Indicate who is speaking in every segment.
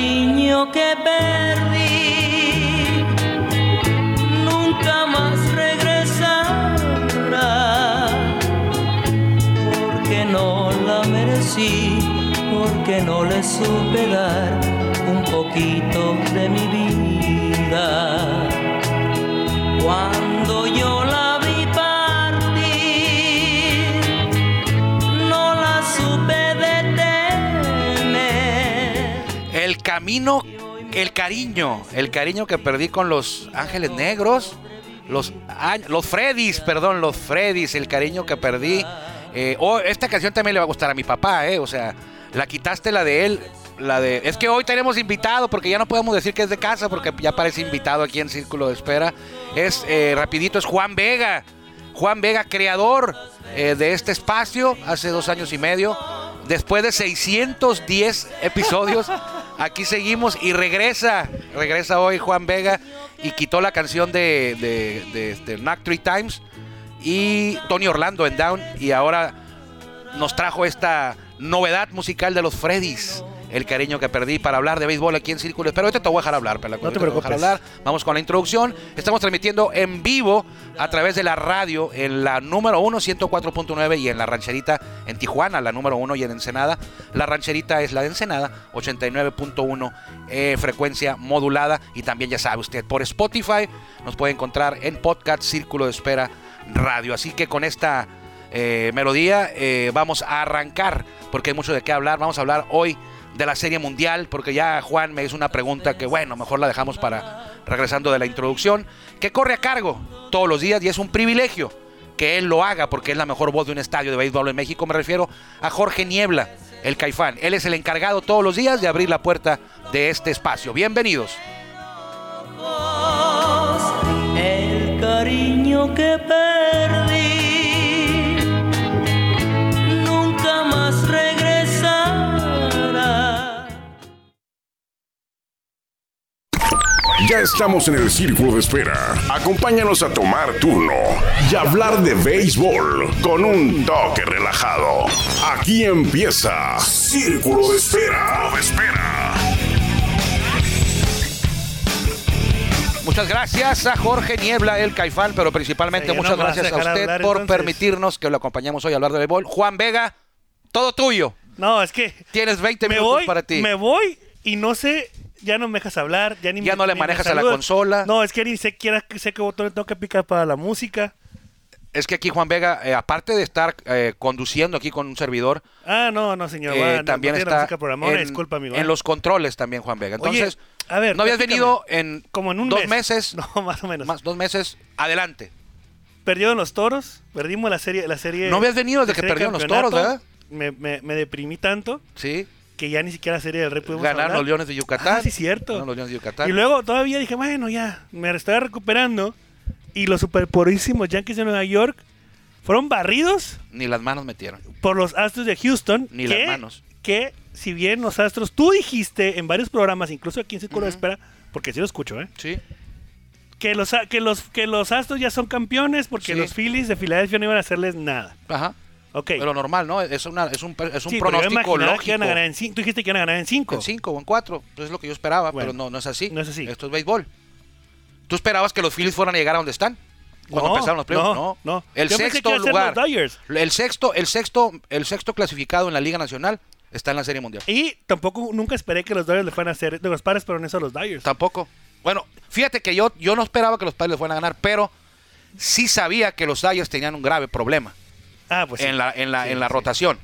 Speaker 1: lo que perdí nunca más regresará, porque no la merecí, porque no le supe dar un poquito de mi vida. Cuando yo la vi partir, no la supe detener.
Speaker 2: El camino, el cariño, el cariño que perdí con los Ángeles Negros, los, a- los Freddys, perdón, los Freddys, el cariño que perdí. Eh, oh, esta canción también le va a gustar a mi papá, ¿eh? O sea, la quitaste la de él, la de... Es que hoy tenemos invitado, porque ya no podemos decir que es de casa, porque ya parece invitado aquí en Círculo de Espera. Es, eh, rapidito, es Juan Vega. Juan Vega, creador eh, de este espacio, hace dos años y medio. Después de 610 episodios, aquí seguimos y regresa, regresa hoy Juan Vega y quitó la canción de, de, de- de Knack Three Times y Tony Orlando en Down y ahora nos trajo esta novedad musical de los Freddys. El cariño que perdí para hablar de béisbol aquí en Círculo. Pero ahorita te voy a dejar hablar, Pelaco.
Speaker 3: No te
Speaker 2: ahorita voy a dejar
Speaker 3: preocupes.
Speaker 2: hablar. Vamos con la introducción. Estamos transmitiendo en vivo a través de la radio en la número 1, 104.9 y en la rancherita en Tijuana, la número 1 y en Ensenada. La rancherita es la de Ensenada, 89.1 eh, frecuencia modulada. Y también ya sabe usted, por Spotify nos puede encontrar en podcast Círculo de Espera Radio. Así que con esta eh, melodía eh, vamos a arrancar porque hay mucho de qué hablar. Vamos a hablar hoy de la Serie Mundial, porque ya Juan me hizo una pregunta que, bueno, mejor la dejamos para regresando de la introducción, que corre a cargo todos los días y es un privilegio que él lo haga, porque es la mejor voz de un estadio de béisbol en México. Me refiero a Jorge Niebla, el Caifán. Él es el encargado todos los días de abrir la puerta de este espacio. Bienvenidos.
Speaker 1: ojos, el cariño que perdí nunca más regresará.
Speaker 4: Ya estamos en el círculo de espera. Acompáñanos a tomar turno y hablar de béisbol con un toque relajado. Aquí empieza Círculo de Espera. De espera.
Speaker 2: Muchas gracias a Jorge Niebla, el Caifán, pero principalmente
Speaker 3: Ya no
Speaker 2: muchas
Speaker 3: me vas a
Speaker 2: gracias a
Speaker 3: dejar
Speaker 2: usted
Speaker 3: hablar,
Speaker 2: por
Speaker 3: entonces.
Speaker 2: permitirnos que lo acompañemos hoy a hablar de béisbol. Juan Vega, todo tuyo.
Speaker 3: No, es que
Speaker 2: Tienes 20
Speaker 3: me
Speaker 2: minutos
Speaker 3: voy,
Speaker 2: para ti.
Speaker 3: me voy y no sé, ya no me dejas hablar, ya ni
Speaker 2: Ya
Speaker 3: me-
Speaker 2: no le
Speaker 3: ni me
Speaker 2: manejas a la
Speaker 3: saludas.
Speaker 2: consola.
Speaker 3: No, es que ni sé, quiera- sé qué botón le tengo que picar para la música.
Speaker 2: Es que aquí Juan Vega, eh, aparte de estar eh, conduciendo aquí con un servidor,
Speaker 3: Ah, no, no, señor.
Speaker 2: eh,
Speaker 3: va, no,
Speaker 2: también
Speaker 3: no tiene la
Speaker 2: está
Speaker 3: música programada,
Speaker 2: en,
Speaker 3: disculpa, amigo. ¿eh?
Speaker 2: en
Speaker 3: va.
Speaker 2: los controles también Juan Vega.
Speaker 3: Oye,
Speaker 2: Entonces,
Speaker 3: a ver,
Speaker 2: no habías
Speaker 3: platícame.
Speaker 2: venido en,
Speaker 3: Como en un
Speaker 2: dos
Speaker 3: mes.
Speaker 2: meses,
Speaker 3: No, más o menos.
Speaker 2: más dos meses, adelante.
Speaker 3: Perdieron los toros, perdimos la serie. La serie
Speaker 2: No habías venido desde
Speaker 3: la
Speaker 2: que
Speaker 3: serie de
Speaker 2: perdieron los
Speaker 3: campeonato.
Speaker 2: toros, ¿verdad?
Speaker 3: Me, me, me deprimí tanto
Speaker 2: Sí,
Speaker 3: que ya ni siquiera la serie del rey pudimos
Speaker 2: ganaron
Speaker 3: hablar.
Speaker 2: los Leones de Yucatán.
Speaker 3: Ah, sí, cierto.
Speaker 2: Ganaron los Leones de Yucatán.
Speaker 3: Y luego todavía dije, bueno, ya, me estaba recuperando. Y los superporísimos Yankees de Nueva York fueron barridos
Speaker 2: Ni las manos metieron.
Speaker 3: por los Astros de Houston.
Speaker 2: Ni
Speaker 3: que,
Speaker 2: las manos.
Speaker 3: Que si bien los Astros, tú dijiste en varios programas, incluso aquí en Círculo de
Speaker 2: Ujú.
Speaker 3: Espera, porque sí lo escucho, ¿eh?
Speaker 2: Sí.
Speaker 3: Que los, a- que los, que los Astros ya son campeones
Speaker 2: Sí.
Speaker 3: porque los Phillies de Filadelfia no iban a hacerles nada.
Speaker 2: Ajá.
Speaker 3: Ok.
Speaker 2: Pero normal, ¿no? Es, una, es un, es un
Speaker 3: Sí, pero yo
Speaker 2: pronóstico
Speaker 3: imaginaba
Speaker 2: lógico.
Speaker 3: que iban a ganar en cinco. Tú dijiste que iban a ganar en cinco.
Speaker 2: En 5 o en 4. Es lo que yo esperaba,
Speaker 3: Bueno,
Speaker 2: pero no, no es así.
Speaker 3: no es así.
Speaker 2: Esto es béisbol. ¿Tú esperabas que los Phillies fueran a llegar a donde están? Cuando
Speaker 3: No,
Speaker 2: empezaron los playoffs,
Speaker 3: no,
Speaker 2: no,
Speaker 3: no.
Speaker 2: El
Speaker 3: Yo pensé que
Speaker 2: sexto
Speaker 3: iban a ser
Speaker 2: lugar.
Speaker 3: los Dodgers.
Speaker 2: El sexto, el sexto, el sexto clasificado en la Liga Nacional está en la Serie Mundial.
Speaker 3: Y tampoco nunca esperé que los Dodgers le fueran a hacer, de los pares, pero en eso a los Dodgers.
Speaker 2: Tampoco. Bueno, fíjate que yo, yo no esperaba que los Padres fueran a ganar, pero sí sabía que los Dodgers tenían un grave problema
Speaker 3: Ah, pues sí.
Speaker 2: en la, en la,
Speaker 3: Sí,
Speaker 2: en la
Speaker 3: sí,
Speaker 2: rotación.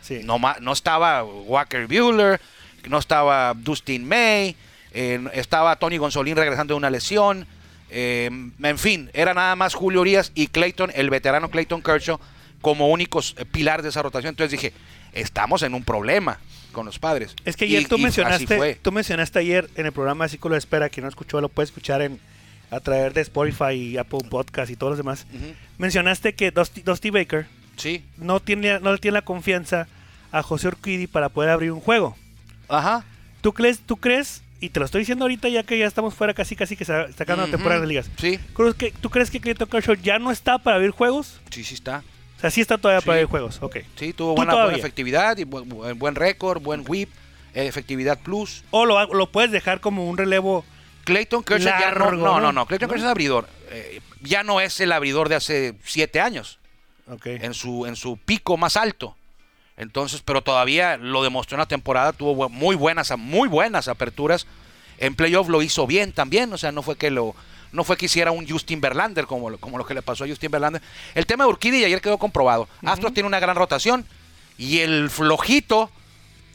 Speaker 3: sí.
Speaker 2: No, ma- no estaba Walker Bueller, no estaba Dustin May, eh, estaba Tony Gonzolín regresando de una lesión. eh, en fin, era nada más Julio Urias y Clayton, el veterano Clayton Kershaw, como únicos eh, pilares de esa rotación. Entonces dije, estamos en un problema con los padres.
Speaker 3: Es que
Speaker 2: Y-
Speaker 3: ayer tú
Speaker 2: y Así
Speaker 3: mencionaste,
Speaker 2: fue.
Speaker 3: tú mencionaste ayer en el programa Círculo de Espera, que no escuchó, lo puede escuchar en a través de Spotify y Apple Podcast y todos los demás.
Speaker 2: Ujú.
Speaker 3: Mencionaste que Dusty, Dusty Baker
Speaker 2: Sí.
Speaker 3: no tiene, no le tiene la confianza a José Urquidi para poder abrir un juego.
Speaker 2: Ajá.
Speaker 3: ¿Tú crees, tú crees, y te lo estoy diciendo ahorita ya que ya estamos fuera casi casi que se está acabando la temporada de
Speaker 2: Ujú.
Speaker 3: ligas?
Speaker 2: Sí.
Speaker 3: ¿Crees que, ¿Tú crees que Clayton Kershaw ya no está para abrir juegos?
Speaker 2: Sí, sí está.
Speaker 3: O sea, sí está todavía para
Speaker 2: Sí.
Speaker 3: abrir juegos, ok.
Speaker 2: Sí, tuvo
Speaker 3: Tú
Speaker 2: buena, buena
Speaker 3: todavía.
Speaker 2: efectividad, y bu- bu- buen, récord, buen whip. eh, efectividad plus.
Speaker 3: O lo, ha- lo puedes dejar como un relevo.
Speaker 2: Clayton Kershaw ya no,
Speaker 3: Largo,
Speaker 2: no,
Speaker 3: ¿no?
Speaker 2: no, no, Clayton Kershaw es abridor. Eh, ya no es el abridor de hace siete años, en su, en su pico más alto. Entonces, pero todavía lo demostró en la temporada, tuvo bu- muy buenas, muy buenas aperturas. En playoff lo hizo bien también, o sea, no fue que lo, no fue que hiciera un Justin Verlander como, lo- como lo que le pasó a Justin Verlander. El tema de Urquidy ayer quedó comprobado. Astros tiene una gran rotación y el flojito,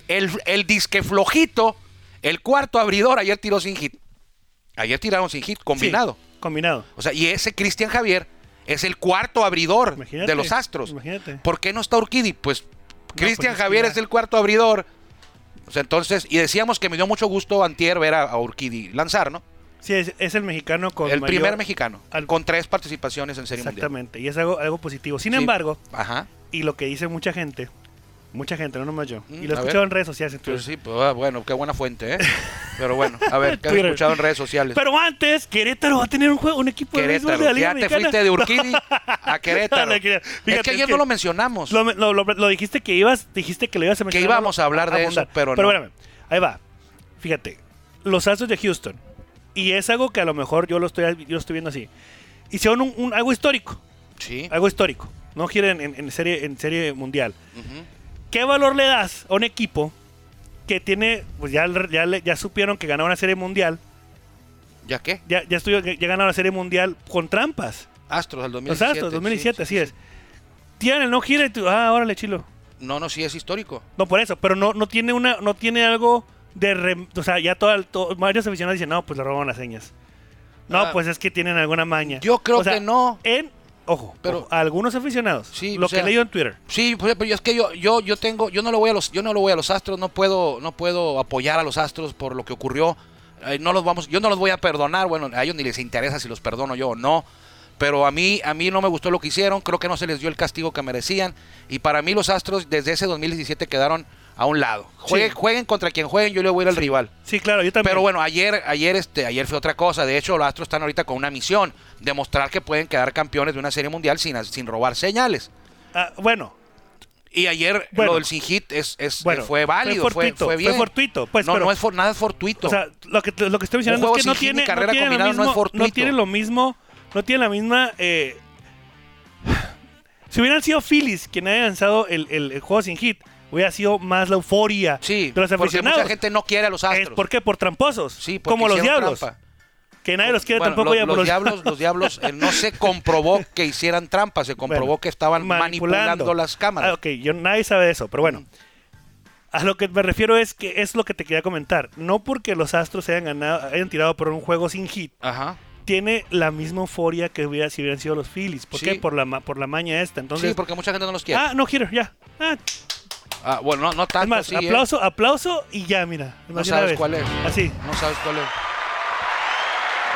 Speaker 2: el, el disque flojito, el cuarto abridor ayer tiró sin hit. Ayer tiraron sin hit, combinado.
Speaker 3: Sí, combinado.
Speaker 2: O sea, y ese Cristian Javier es el cuarto abridor
Speaker 3: Imagínate,
Speaker 2: de los Astros.
Speaker 3: imagínate.
Speaker 2: ¿Por qué no está Urquidi? Pues Cristian
Speaker 3: pues,
Speaker 2: Javier
Speaker 3: ya.
Speaker 2: es el cuarto abridor. O sea, entonces, y decíamos que me dio mucho gusto antier ver a, a Urquidi lanzar, ¿no?
Speaker 3: Sí, es, es el mexicano con.
Speaker 2: el
Speaker 3: mayor-
Speaker 2: primer mexicano,
Speaker 3: al-
Speaker 2: con tres participaciones en Serie Mundial.
Speaker 3: Exactamente. Y es algo, algo positivo. Sin
Speaker 2: Sí.
Speaker 3: embargo,
Speaker 2: Ajá.
Speaker 3: y lo que dice mucha gente, mucha gente, no nomás yo,
Speaker 2: Mm,
Speaker 3: y lo he
Speaker 2: a
Speaker 3: escuchado
Speaker 2: ver.
Speaker 3: en redes sociales. en
Speaker 2: Pues
Speaker 3: Twitter.
Speaker 2: sí, pues, ah, bueno, qué buena fuente, ¿eh? Pero bueno, a ver, ¿qué has
Speaker 3: Twitter.
Speaker 2: escuchado en redes sociales?
Speaker 3: Pero antes, Querétaro va a tener un juego, un equipo de béisbol de la
Speaker 2: Querétaro,
Speaker 3: Liga
Speaker 2: ya te
Speaker 3: Mexicana.
Speaker 2: fuiste de Urquidi a Querétaro.
Speaker 3: No, no, quería-
Speaker 2: es
Speaker 3: fíjate,
Speaker 2: que
Speaker 3: es
Speaker 2: ayer
Speaker 3: que
Speaker 2: no lo mencionamos.
Speaker 3: Lo, lo- lo- lo dijiste que ibas, dijiste que lo ibas a mencionar.
Speaker 2: íbamos a hablar de
Speaker 3: abundar.
Speaker 2: eso, pero
Speaker 3: Pero
Speaker 2: no.
Speaker 3: espérame, ahí va. Fíjate, los Astros de Houston, y es algo que a lo mejor yo lo estoy, yo lo estoy viendo así, hicieron un, un- algo histórico,
Speaker 2: Sí.
Speaker 3: algo histórico. No quieren en, en serie, en serie mundial.
Speaker 2: ujú.
Speaker 3: ¿Qué valor le das a un equipo que tiene, pues ya, el- ya, le- ya supieron que ganó una serie mundial,
Speaker 2: ¿Ya qué?
Speaker 3: ya, ya, estuvo- ya ganaron la serie mundial con trampas?
Speaker 2: Astros del 2017.
Speaker 3: Los Astros,
Speaker 2: sí,
Speaker 3: 2007,
Speaker 2: sí,
Speaker 3: así
Speaker 2: sí.
Speaker 3: es. Tienen el no gira y tú, ah, órale, chilo.
Speaker 2: No, no, sí es histórico.
Speaker 3: No, por eso, pero no, no tiene una, no tiene algo de rem- o sea, ya todo, el- todo- varios aficionados dicen, no, pues le roban las señas. No,
Speaker 2: Ah.
Speaker 3: pues es que tienen alguna maña.
Speaker 2: Yo creo
Speaker 3: O sea,
Speaker 2: que no.
Speaker 3: En, ojo,
Speaker 2: Pero-
Speaker 3: ojo, a algunos aficionados.
Speaker 2: Sí,
Speaker 3: lo
Speaker 2: o sea-
Speaker 3: que he leído en Twitter.
Speaker 2: Sí, pues, pero yo- es que yo, yo, yo tengo, yo no le voy a los, yo no le voy a los Astros, no puedo, no puedo apoyar a los Astros por lo que ocurrió. Eh, no los vamos, yo no los voy a perdonar. Bueno, a ellos ni les interesa si los perdono yo o no. Pero a mí, a mí no me gustó lo que hicieron. Creo que no se les dio el castigo que merecían. Y para mí los Astros desde ese 2017 quedaron a un lado. Jueguen,
Speaker 3: Sí.
Speaker 2: jueguen contra quien jueguen, yo le voy a ir al rival.
Speaker 3: Sí, claro, yo también.
Speaker 2: Pero bueno, ayer, ayer, este, ayer fue otra cosa. De hecho, los Astros están ahorita con una misión, demostrar que pueden quedar campeones de una serie mundial sin, sin robar señales.
Speaker 3: Ah, bueno,
Speaker 2: Y ayer
Speaker 3: Bueno.
Speaker 2: lo del sin hit es, es-
Speaker 3: Bueno,
Speaker 2: fue válido,
Speaker 3: fue
Speaker 2: fue,
Speaker 3: fortuito,
Speaker 2: fue,
Speaker 3: fue
Speaker 2: bien.
Speaker 3: fortuito, pues,
Speaker 2: no,
Speaker 3: pero-
Speaker 2: no es for- nada es fortuito.
Speaker 3: o sea, lo que, lo que estoy
Speaker 2: Un
Speaker 3: mencionando
Speaker 2: juego
Speaker 3: es que no
Speaker 2: sin hit ni
Speaker 3: tiene, no
Speaker 2: carrera
Speaker 3: tiene lo
Speaker 2: combinada no es
Speaker 3: mismo- no
Speaker 2: fortuito.
Speaker 3: tiene lo mismo, no tiene la misma, eh, si hubieran sido Phillies quien haya lanzado el, el- el juego sin hit, hubiera sido más la euforia
Speaker 2: sí,
Speaker 3: de los
Speaker 2: porque
Speaker 3: aficionados.
Speaker 2: mucha gente no quiere a los
Speaker 3: Es,
Speaker 2: Astros.
Speaker 3: ¿Por qué? Por tramposos.
Speaker 2: Sí, porque
Speaker 3: como los
Speaker 2: hicieron
Speaker 3: diablos.
Speaker 2: trampa.
Speaker 3: Que nadie los quiere
Speaker 2: Bueno, lo-
Speaker 3: tampoco. ya,
Speaker 2: los,
Speaker 3: pero-
Speaker 2: diablos, los diablos eh, no se comprobó que hicieran trampa, se comprobó
Speaker 3: Bueno,
Speaker 2: que estaban manipulando. las cámaras. Mm.
Speaker 3: Ah, ok, yo, nadie sabe eso, pero bueno. A lo que me refiero es que es lo que te quería comentar. No porque los astros hayan ganado, hayan tirado por un juego sin hit,
Speaker 2: Ajá.
Speaker 3: tiene la misma euforia que hubiera si hubieran sido los Phillies. ¿Por
Speaker 2: Sí.
Speaker 3: qué? Por la, ma- por la maña esta. Entonces,
Speaker 2: sí, porque mucha gente no los quiere.
Speaker 3: ah, no quiero, ya. Ah,
Speaker 2: Ah, bueno, no, no tanto
Speaker 3: es más,
Speaker 2: sí, ¿eh?
Speaker 3: aplauso, aplauso y ya, mira. es más de una
Speaker 2: sabes
Speaker 3: vez.
Speaker 2: cuál es.
Speaker 3: Así.
Speaker 2: No sabes cuál es.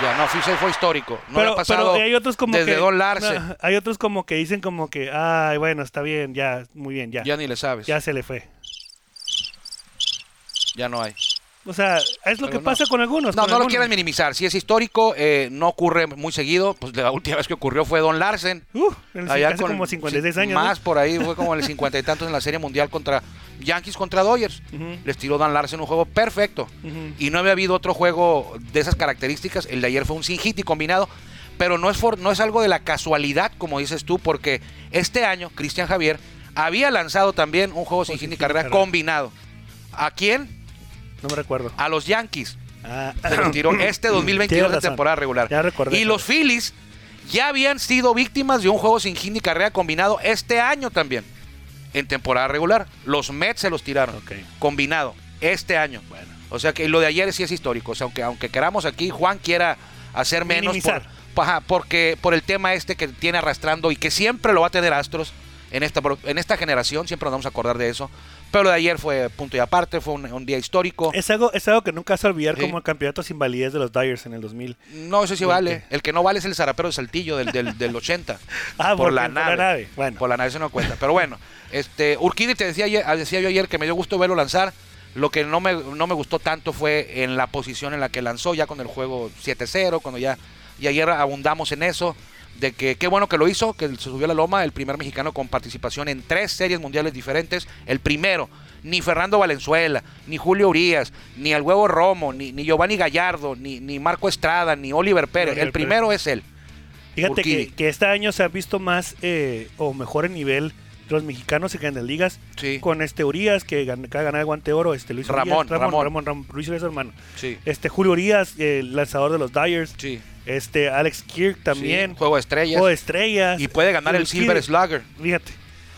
Speaker 2: Ya, no, sí se fue histórico. No le
Speaker 3: pero,
Speaker 2: ha pasado
Speaker 3: pero hay otros como
Speaker 2: desde
Speaker 3: que,
Speaker 2: Don Larsen.
Speaker 3: no, hay otros como que dicen como que, ay, bueno, está bien, ya, muy bien, ya.
Speaker 2: Ya
Speaker 3: Ya,
Speaker 2: ni le sabes.
Speaker 3: se le fue.
Speaker 2: Ya no hay.
Speaker 3: O sea, es lo
Speaker 2: Pero
Speaker 3: que
Speaker 2: no.
Speaker 3: pasa con algunos.
Speaker 2: No,
Speaker 3: con
Speaker 2: no lo
Speaker 3: algunos.
Speaker 2: quieres minimizar. Si es histórico, eh, no ocurre muy seguido. Pues la última vez que ocurrió fue Don Larsen.
Speaker 3: Uh, en- hace como
Speaker 2: Ah,
Speaker 3: 56
Speaker 2: sí,
Speaker 3: años. ¿no?
Speaker 2: Más por ahí, fue como en el 50 y tantos en la Serie Mundial contra Yankees contra Dodgers.
Speaker 3: Ujú.
Speaker 2: Les tiró Dan Larsen un juego perfecto.
Speaker 3: Ujú.
Speaker 2: Y no había habido otro juego de esas características. El de ayer fue un sin hit y combinado. Pero no es, for- no es algo de la casualidad, como dices tú, porque este año Cristian Javier había lanzado también un juego sin hit y carrera
Speaker 3: carrera.
Speaker 2: combinado. ¿A quién?
Speaker 3: No me recuerdo.
Speaker 2: A los Yankees.
Speaker 3: Ah,
Speaker 2: se lo tiró este
Speaker 3: Tienes
Speaker 2: 2022 de
Speaker 3: razón.
Speaker 2: temporada regular.
Speaker 3: Ya recordé.
Speaker 2: y los Phillies ya habían sido víctimas de un juego sin hit ni carrera combinado este año también, en temporada regular. Los Mets se los tiraron,
Speaker 3: Ok.
Speaker 2: combinado, este año.
Speaker 3: Bueno.
Speaker 2: O sea que lo de ayer sí es histórico. O sea, aunque, aunque queramos aquí, Juan quiera hacer menos por,
Speaker 3: Minimizar.
Speaker 2: ajá, porque, por el tema este que tiene arrastrando y que siempre lo va a tener Astros en esta, en esta generación, siempre nos vamos a acordar de eso. Pero lo de ayer fue punto y aparte, fue un, un día histórico.
Speaker 3: Es algo, es algo que nunca vas a olvidar
Speaker 2: Sí.
Speaker 3: como el campeonato sin validez de los Dyers en el 2000.
Speaker 2: No, eso sí
Speaker 3: ¿Por
Speaker 2: vale. El que no vale es el zarapero de Saltillo del, del, del 80.
Speaker 3: Ah, porque- por la nave, bueno.
Speaker 2: Por la nave se no cuenta. Pero bueno, este, Urquidi te decía, ayer- decía yo ayer que me dio gusto verlo lanzar. Lo que no me, no me gustó tanto fue en la posición en la que lanzó, ya con el juego 7-0, cuando ya. Y ayer abundamos en eso. de que qué bueno que lo hizo, que se subió a la loma, el primer mexicano con participación en tres series mundiales diferentes, el primero. Ni Fernando Valenzuela, ni Julio Urias, ni el huevo Romo, ni, ni Giovanni Gallardo, ni, ni Marco Estrada, ni Oliver Pérez.
Speaker 3: Oliver
Speaker 2: el
Speaker 3: Pérez.
Speaker 2: primero es él.
Speaker 3: Fíjate que,
Speaker 2: Urquidi.
Speaker 3: que este año se ha visto más eh, o mejor el nivel de los mexicanos en grandes ligas.
Speaker 2: Sí.
Speaker 3: Con este Urias, que gan- acaba de ganar el guante de oro, este Luis
Speaker 2: Ramón,
Speaker 3: Urias,
Speaker 2: Ramón.
Speaker 3: Ramón, Ramón, Luis Urias, hermano.
Speaker 2: Sí.
Speaker 3: Este Julio Urias, eh, el lanzador de los Dyers.
Speaker 2: Sí.
Speaker 3: Este Alex Kirk también.
Speaker 2: Sí, Juego de estrellas.
Speaker 3: Juego de estrellas.
Speaker 2: Y puede ganar el Silver
Speaker 3: Urquidi.
Speaker 2: Slugger.
Speaker 3: Fíjate.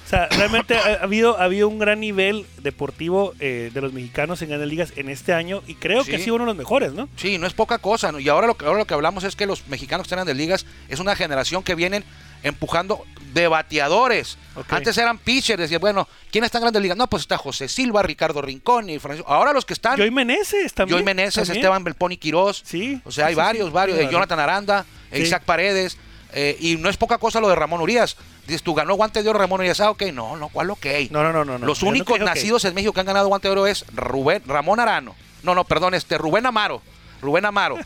Speaker 3: O sea, realmente ha, ha habido, ha habido un gran nivel deportivo eh, de los mexicanos en grandes ligas en este año y creo
Speaker 2: Sí.
Speaker 3: que ha sido uno de los mejores, ¿no?
Speaker 2: Sí, no es poca cosa. ¿no? Y ahora lo, que, ahora lo que hablamos es que los mexicanos que están en las ligas es una generación que vienen empujando de bateadores.
Speaker 3: Ok.
Speaker 2: Antes eran pitchers, decían, bueno, ¿quién está en grandes ligas? No, pues está José Silva, Ricardo Rincón y Francisco. Ahora los que están,
Speaker 3: Joy Meneses también.
Speaker 2: Joey Meneses,
Speaker 3: también.
Speaker 2: Esteban Belponi Quirós.
Speaker 3: Sí.
Speaker 2: O sea, hay
Speaker 3: Sí, sí,
Speaker 2: varios,
Speaker 3: sí.
Speaker 2: varios.
Speaker 3: Claro.
Speaker 2: Eh, Jonathan Aranda, eh,
Speaker 3: Sí.
Speaker 2: Isaac Paredes. eh, y no es poca cosa lo de Ramón Urias. Dices, tú ganó guante de oro Ramón Urias. Ah, ok, no, no, ¿cuál ok?
Speaker 3: No, no, no, no. no.
Speaker 2: Los
Speaker 3: Yo no
Speaker 2: únicos
Speaker 3: creo que-
Speaker 2: nacidos en México que han ganado guante de oro es Rubén, Ramón Arano. No, no, perdón, este Rubén Amaro. Rubén Amaro,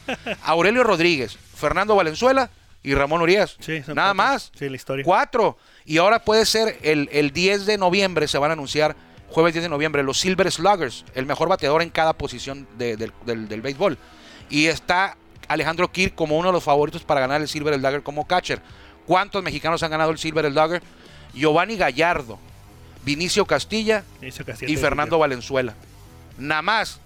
Speaker 2: Aurelio Rodríguez, Fernando Valenzuela y Ramón Urias.
Speaker 3: Sí, son
Speaker 2: Nada
Speaker 3: cuatro.
Speaker 2: más.
Speaker 3: Sí, la historia.
Speaker 2: Cuatro. Y ahora puede ser el, el 10 de noviembre, se van a anunciar, jueves 10 de noviembre, los Silver Sluggers, el mejor bateador en cada posición de- del, del- del béisbol. Y está Alejandro Kirk como uno de los favoritos para ganar el Silver Slugger como catcher. ¿Cuántos mexicanos han ganado el Silver Slugger? Giovanni Gallardo, Vinicio Castilla,
Speaker 3: Eso que hacía
Speaker 2: y
Speaker 3: el
Speaker 2: Fernando Valenzuela. Nada más.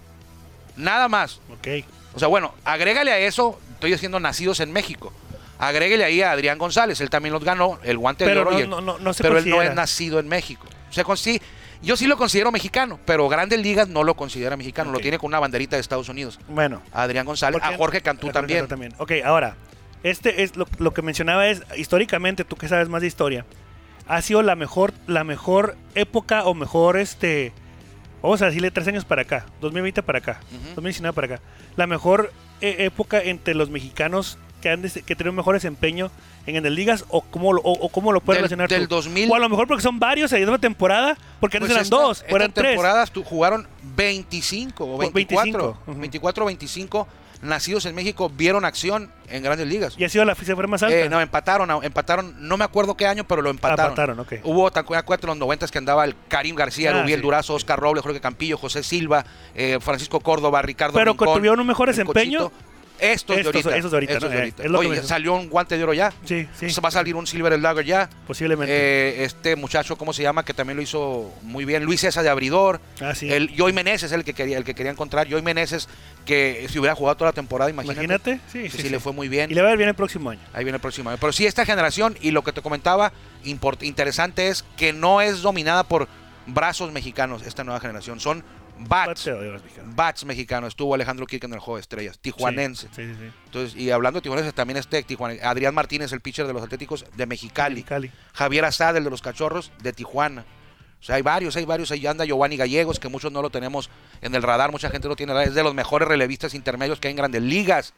Speaker 2: Nada más.
Speaker 3: Ok.
Speaker 2: O sea, bueno, agrégale a eso, estoy diciendo nacidos en México. Agrégale ahí a Adrián González, él también los ganó, el guante de
Speaker 3: Pero
Speaker 2: oro.
Speaker 3: no-
Speaker 2: y el-
Speaker 3: no- no- no se
Speaker 2: pero él no
Speaker 3: considera.
Speaker 2: es nacido en México. O sea, con- sí, yo sí lo considero mexicano, pero Grandes Ligas no lo considera mexicano,
Speaker 3: Ok.
Speaker 2: lo tiene con una banderita de Estados Unidos.
Speaker 3: Bueno.
Speaker 2: A Adrián González,
Speaker 3: ¿por qué-
Speaker 2: a Jorge Cantú
Speaker 3: a Jorge
Speaker 2: también.
Speaker 3: Ok, ahora. Este es lo, lo que mencionaba es, históricamente, tú que sabes más de historia, ha sido la mejor, la mejor época o mejor este. Vamos a decirle tres años para acá, 2020 para acá, 2019 para acá. La mejor eh, época entre los mexicanos que han des- que tienen un mejor desempeño en las ligas o cómo lo, o, o cómo lo puedes
Speaker 2: Del-
Speaker 3: relacionar
Speaker 2: del
Speaker 3: tú.
Speaker 2: 2000.
Speaker 3: O a lo mejor porque son varios en una temporada, porque antes
Speaker 2: Pues
Speaker 3: eran
Speaker 2: esta-
Speaker 3: dos, o
Speaker 2: esta
Speaker 3: eran tres.
Speaker 2: temporadas tú- jugaron 25 o
Speaker 3: Por
Speaker 2: 24.
Speaker 3: 25, ujú.
Speaker 2: 24 o 25 nacidos en México vieron acción en Grandes Ligas.
Speaker 3: Y ha sido la se fue más alta.
Speaker 2: Eh, no, empataron, a- empataron, no me acuerdo qué año, pero lo empataron.
Speaker 3: empataron, ok.
Speaker 2: Hubo también acuérdate en los 90 que andaba el Karim García,
Speaker 3: Ah,
Speaker 2: Rubiel
Speaker 3: sí.
Speaker 2: Durazo, Oscar Robles, Jorge Campillo, José Silva, eh, Francisco Córdoba, Ricardo
Speaker 3: Pero
Speaker 2: Rincón,
Speaker 3: tuvieron un mejor
Speaker 2: el
Speaker 3: desempeño.
Speaker 2: Cochito. Estos,
Speaker 3: Estos-
Speaker 2: de ahorita.
Speaker 3: esos de ahorita,
Speaker 2: estos
Speaker 3: ¿no?
Speaker 2: de
Speaker 3: Eh,
Speaker 2: ahorita.
Speaker 3: es lo que
Speaker 2: Oye,
Speaker 3: me-
Speaker 2: salió un guante de oro ya.
Speaker 3: Sí, sí.
Speaker 2: Va a salir un Silver Slugger ya.
Speaker 3: Posiblemente.
Speaker 2: Eh, este muchacho, ¿cómo se llama? Que también lo hizo muy bien. Luis César de Abridor.
Speaker 3: Ah, sí.
Speaker 2: El Joy Meneses, el que quería, el que quería encontrar. Joy Meneses, que si hubiera jugado toda la temporada, imagínate.
Speaker 3: Imagínate.
Speaker 2: Sí,
Speaker 3: Sí, sí,
Speaker 2: sí,
Speaker 3: sí.
Speaker 2: le fue muy bien.
Speaker 3: Y le va a ir bien el próximo año.
Speaker 2: Ahí viene el próximo año. Pero sí, esta generación, y lo que te comentaba, import- interesante es que no es dominada por brazos mexicanos esta nueva generación. Son bats.
Speaker 3: Bateo de los mexicanos.
Speaker 2: Bats mexicanos. Estuvo Alejandro Kirk en el juego de estrellas. Tijuanense.
Speaker 3: Sí, sí, sí.
Speaker 2: Entonces, y hablando de tijuanenses, también este tijuanense, Adrián Martínez, el pitcher de los Atléticos de Mexicali.
Speaker 3: Mexicali.
Speaker 2: Javier Azad, el de los Cachorros, de Tijuana. O sea, hay varios, hay varios. Ahí anda Giovanni Gallegos, que muchos no lo tenemos en el radar, mucha gente no tiene radar. Es de los mejores relevistas intermedios que hay en grandes ligas.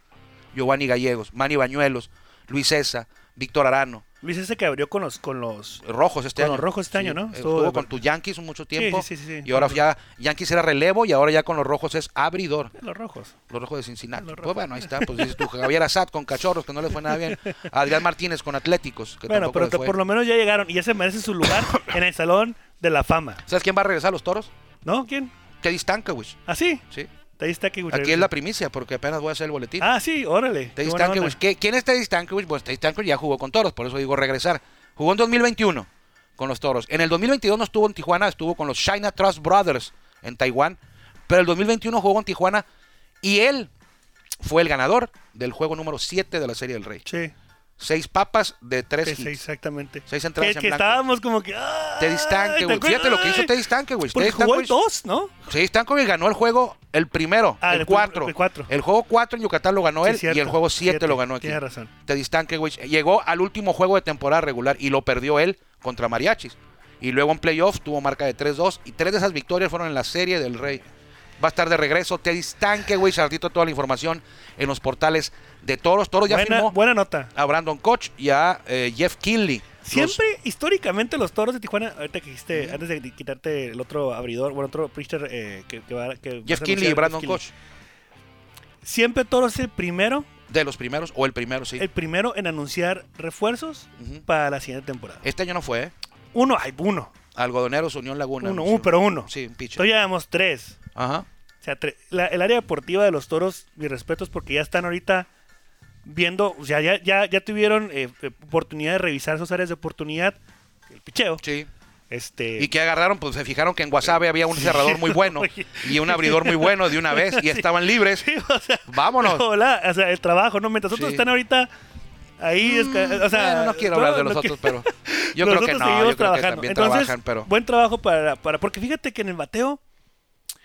Speaker 2: Giovanni Gallegos, Manny Bañuelos, Luis César, Víctor Arano.
Speaker 3: Luis ese que abrió con los, con los eh,
Speaker 2: Rojos este
Speaker 3: Con
Speaker 2: año.
Speaker 3: los Rojos este año, ¿no?
Speaker 2: Estuvo,
Speaker 3: Estuvo de
Speaker 2: con
Speaker 3: acuerdo.
Speaker 2: tus Yankees mucho tiempo.
Speaker 3: sí, sí, sí.
Speaker 2: Y ahora ya Yankees era relevo y ahora ya con los Rojos es abridor.
Speaker 3: los rojos.
Speaker 2: Los Rojos de Cincinnati.
Speaker 3: Los
Speaker 2: Pues bueno, ahí está. Pues dices tú, Javier Azad con Cachorros, que no le fue nada bien. Adrián Martínez con Atléticos, que
Speaker 3: bueno,
Speaker 2: tampoco
Speaker 3: pero
Speaker 2: le
Speaker 3: que
Speaker 2: fue.
Speaker 3: por lo menos ya llegaron y ya se merecen su lugar en el salón de la fama.
Speaker 2: ¿Sabes quién va a regresar a los toros?
Speaker 3: ¿No? ¿Quién?
Speaker 2: Teddy Stankiewicz.
Speaker 3: ¿Así?
Speaker 2: Sí.
Speaker 3: Ahí está que
Speaker 2: Aquí es la primicia, porque apenas voy a hacer el boletín.
Speaker 3: Ah, sí, órale.
Speaker 2: Teddy
Speaker 3: qué buena
Speaker 2: Stankiewicz.
Speaker 3: onda.
Speaker 2: ¿Qué- ¿Quién es Teddy Stankiewicz? Pues Teddy Stankiewicz ya jugó con Toros, por eso digo regresar. Jugó en 2021 con los Toros. En el 2022 no estuvo en Tijuana, estuvo con los China Trust Brothers en Taiwán. Pero el 2021 jugó en Tijuana y él fue el ganador del juego número 7 de la Serie del Rey.
Speaker 3: Sí,
Speaker 2: Seis papas de tres
Speaker 3: que
Speaker 2: hits.
Speaker 3: sí, exactamente.
Speaker 2: Seis entradas
Speaker 3: que,
Speaker 2: en
Speaker 3: que
Speaker 2: blanco.
Speaker 3: estábamos como que. ¡ay!
Speaker 2: Teddy Stankiewicz.
Speaker 3: ¿Te
Speaker 2: Fíjate lo que hizo
Speaker 3: acuerdas?
Speaker 2: Teddy Stankiewicz.
Speaker 3: Porque
Speaker 2: Teddy
Speaker 3: jugó el
Speaker 2: Stankiewicz-
Speaker 3: 2, ¿no?
Speaker 2: Sí, Stankovic ganó el juego, el primero,
Speaker 3: Ah,
Speaker 2: el
Speaker 3: el
Speaker 2: 4.
Speaker 3: prim- el cuatro.
Speaker 2: El juego 4 en Yucatán lo ganó
Speaker 3: Sí,
Speaker 2: él
Speaker 3: cierto.
Speaker 2: y el juego 7
Speaker 3: Siete.
Speaker 2: lo ganó aquí.
Speaker 3: Tienes razón.
Speaker 2: Teddy Stankiewicz llegó al último juego de temporada regular y lo perdió él contra Mariachis. Y luego en playoffs tuvo marca de 3-2 y tres de esas victorias fueron en la serie del Rey. Va a estar de regreso Teddy Stankiewicz, al ratito toda la información en los portales de Toros. Toros ya
Speaker 3: Buena,
Speaker 2: firmó
Speaker 3: buena nota.
Speaker 2: a Brandon Koch y a eh, Jeff Kinley. Los-
Speaker 3: Siempre, históricamente, los toros de Tijuana, ahorita que dijiste, antes de quitarte el otro abridor, bueno, otro pitcher eh, que, que va que vas a
Speaker 2: Jeff
Speaker 3: anunciar,
Speaker 2: Kinley y Brandon
Speaker 3: Kinley.
Speaker 2: Koch.
Speaker 3: Siempre toros es el primero
Speaker 2: de los primeros o el primero, sí.
Speaker 3: El primero en anunciar refuerzos
Speaker 2: Ujú.
Speaker 3: para la siguiente temporada.
Speaker 2: Este año no fue, ¿eh?
Speaker 3: Uno, ay, uno.
Speaker 2: Algodoneros, Unión Laguna.
Speaker 3: Uno,
Speaker 2: anunció.
Speaker 3: uh, pero uno.
Speaker 2: Sí, un pitcher.
Speaker 3: Entonces ya llevamos tres.
Speaker 2: Ajá.
Speaker 3: O sea, tre- la- el área deportiva de los toros, mis respetos, porque ya están ahorita viendo, o sea, ya, ya, ya tuvieron eh, eh, oportunidad de revisar sus áreas de oportunidad. El picheo.
Speaker 2: Sí.
Speaker 3: Este,
Speaker 2: Y que agarraron, pues se fijaron que en Guasave había un cerrador muy bueno
Speaker 3: Oye.
Speaker 2: y un abridor muy bueno de una vez y estaban libres.
Speaker 3: Sí, o sea,
Speaker 2: Vámonos.
Speaker 3: no, la- o sea, el trabajo, ¿no? Mientras otros
Speaker 2: Sí.
Speaker 3: están ahorita ahí, esca- o sea...
Speaker 2: Mm, Bueno, no quiero hablar de los
Speaker 3: lo que-
Speaker 2: otros, pero yo
Speaker 3: los
Speaker 2: creo que
Speaker 3: otros
Speaker 2: no,
Speaker 3: seguimos
Speaker 2: yo creo que también
Speaker 3: Entonces,
Speaker 2: trabajan, pero
Speaker 3: Buen trabajo para, para... Porque fíjate que en el bateo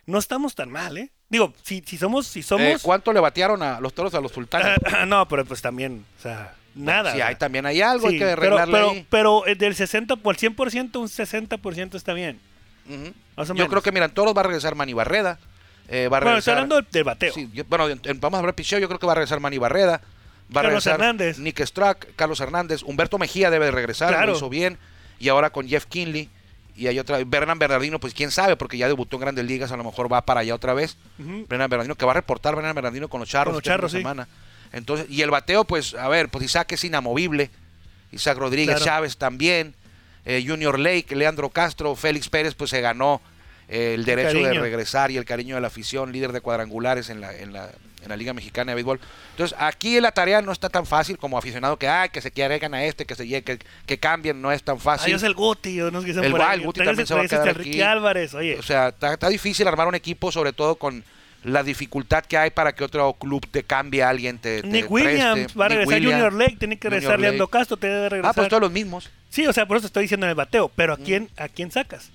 Speaker 3: no estamos tan mal, ¿eh? Digo, si, si somos... Si somos
Speaker 2: Eh, ¿cuánto le batearon a los toros a los sultanes?
Speaker 3: no, pero pues también, o sea, nada.
Speaker 2: Sí, ahí también hay algo,
Speaker 3: Sí,
Speaker 2: hay que
Speaker 3: pero,
Speaker 2: arreglarle
Speaker 3: pero,
Speaker 2: ahí.
Speaker 3: pero, eh, del 60 por 100%, un 60% está bien.
Speaker 2: Ujú.
Speaker 3: más
Speaker 2: Yo
Speaker 3: o menos.
Speaker 2: creo que, mira, en toros va a regresar Manny Barreda. eh, va a
Speaker 3: Bueno, estoy
Speaker 2: regresar-
Speaker 3: hablando del, del bateo.
Speaker 2: Sí, yo- bueno, en- en- vamos a hablar de picheo. Yo creo que va a regresar Manny Barreda. Va a
Speaker 3: Carlos
Speaker 2: regresar
Speaker 3: Hernández.
Speaker 2: Nick Strack, Carlos Hernández. Humberto Mejía debe de regresar,
Speaker 3: Claro.
Speaker 2: lo hizo bien. Y ahora con Jeff Kinley. Y hay otra. Bernard Bernardino, pues quién sabe, porque ya debutó en Grandes Ligas, a lo mejor va para allá otra vez.
Speaker 3: Ujú.
Speaker 2: Bernard Bernardino, que va a reportar Bernard Bernardino con los charros,
Speaker 3: Con los
Speaker 2: este fin de
Speaker 3: Charros, sí.
Speaker 2: semana. Entonces, y el bateo, pues, a ver, pues Isaac es inamovible. Isaac Rodríguez
Speaker 3: Claro.
Speaker 2: Chávez también. eh, Junior Lake, Leandro Castro, Félix Pérez, pues se ganó eh, el derecho de
Speaker 3: cariño.
Speaker 2: regresar y el cariño de la afición, líder de cuadrangulares en la, en la, en la Liga Mexicana de Béisbol. Entonces, aquí la tarea no está tan fácil como aficionado que, ah, que se quieran a este, que se lle- que, que cambien, no es tan fácil.
Speaker 3: Adiós Ah, el Guti, o no sé qué dicen
Speaker 2: El
Speaker 3: por
Speaker 2: Val,
Speaker 3: ahí.
Speaker 2: el Guti
Speaker 3: Tráigase-
Speaker 2: también se va a
Speaker 3: tráigase
Speaker 2: quedar
Speaker 3: este Ricky
Speaker 2: aquí.
Speaker 3: Álvarez, oye.
Speaker 2: O sea, está, está difícil armar un equipo, sobre todo con la dificultad que hay para que otro club te cambie a alguien. Te, te
Speaker 3: Nick Williams
Speaker 2: preste.
Speaker 3: va a
Speaker 2: Nick
Speaker 3: regresar
Speaker 2: Williams.
Speaker 3: Junior Lake, tiene que
Speaker 2: Junior
Speaker 3: regresar Leandro
Speaker 2: Lake.
Speaker 3: Castro, tiene que regresar.
Speaker 2: Ah, pues todos los mismos.
Speaker 3: Sí, o sea, por eso te estoy diciendo en el bateo, pero ¿a quién, a quién sacas?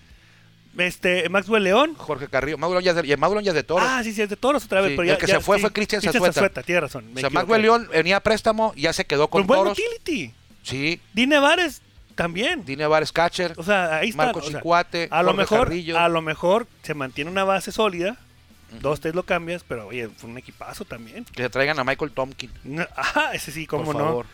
Speaker 3: Este, Maxwell León.
Speaker 2: Jorge Carrillo, Mauro Lóñez de, Mauro Lóñez de Toro.
Speaker 3: Ah, sí, sí, es de toros otra vez.
Speaker 2: Sí,
Speaker 3: pero
Speaker 2: el
Speaker 3: ya,
Speaker 2: que
Speaker 3: ya-
Speaker 2: se fue
Speaker 3: sí,
Speaker 2: fue Christian
Speaker 3: Christian
Speaker 2: Zazueta.
Speaker 3: tiene razón. me
Speaker 2: o sea,
Speaker 3: equivoqué.
Speaker 2: Maxwell León venía a préstamo, ya se quedó con
Speaker 3: Con buen
Speaker 2: Toros.
Speaker 3: utility.
Speaker 2: Sí,
Speaker 3: Dine Vares también.
Speaker 2: Dine Vares Catcher.
Speaker 3: O sea, ahí está.
Speaker 2: Marco
Speaker 3: o sea,
Speaker 2: Chicuate,
Speaker 3: a lo
Speaker 2: Jorge
Speaker 3: mejor,
Speaker 2: Carrillo.
Speaker 3: a lo mejor se mantiene una base sólida. Dos, tres lo cambias, pero oye, fue un equipazo también.
Speaker 2: que se traigan a Michael Tompkin,
Speaker 3: No, ajá, ese sí,
Speaker 2: por
Speaker 3: cómo no.
Speaker 2: favor.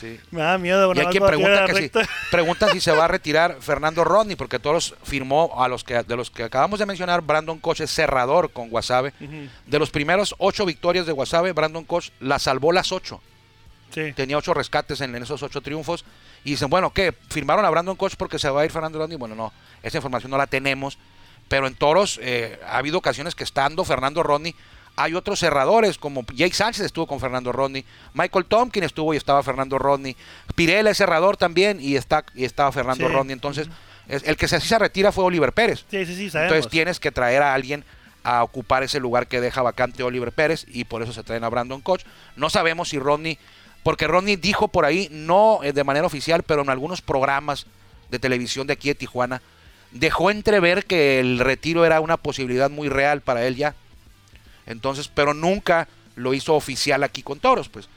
Speaker 2: Sí.
Speaker 3: Me da miedo.
Speaker 2: Y
Speaker 3: una
Speaker 2: hay quien
Speaker 3: vez
Speaker 2: pregunta
Speaker 3: bateada
Speaker 2: que si,
Speaker 3: recta.
Speaker 2: preguntan si se va a retirar Fernando Rodney, porque todos firmó a los que de los que acabamos de mencionar, Brandon Koch es cerrador con Guasave.
Speaker 3: Ujú,
Speaker 2: De los primeros ocho victorias de Guasave, Brandon Koch la salvó las ocho.
Speaker 3: sí.
Speaker 2: Tenía ocho rescates en, en esos ocho triunfos. Y dicen, bueno, ¿qué? ¿Firmaron a Brandon Koch porque se va a ir Fernando Rodney? Bueno, no, esa información no la tenemos. Pero en Toros eh, ha habido ocasiones que estando Fernando Rodney, hay otros cerradores, como Jake Sánchez estuvo con Fernando Rodney, Michael Tompkins estuvo y estaba Fernando Rodney, Pirela es cerrador también y, está, y estaba Fernando
Speaker 3: Sí.
Speaker 2: Rodney. Entonces, es- el que se, sí se retira fue Oliver Pérez.
Speaker 3: Sí, sí, sí, sabemos.
Speaker 2: Entonces tienes que traer a alguien a ocupar ese lugar que deja vacante Oliver Pérez y por eso se traen a Brandon Koch. No sabemos si Rodney, porque Rodney dijo por ahí, no eh, de manera oficial, pero en algunos programas de televisión de aquí de Tijuana, dejó entrever que el retiro era una posibilidad muy real para él ya. Entonces, pero nunca lo hizo oficial aquí con Toros, pues.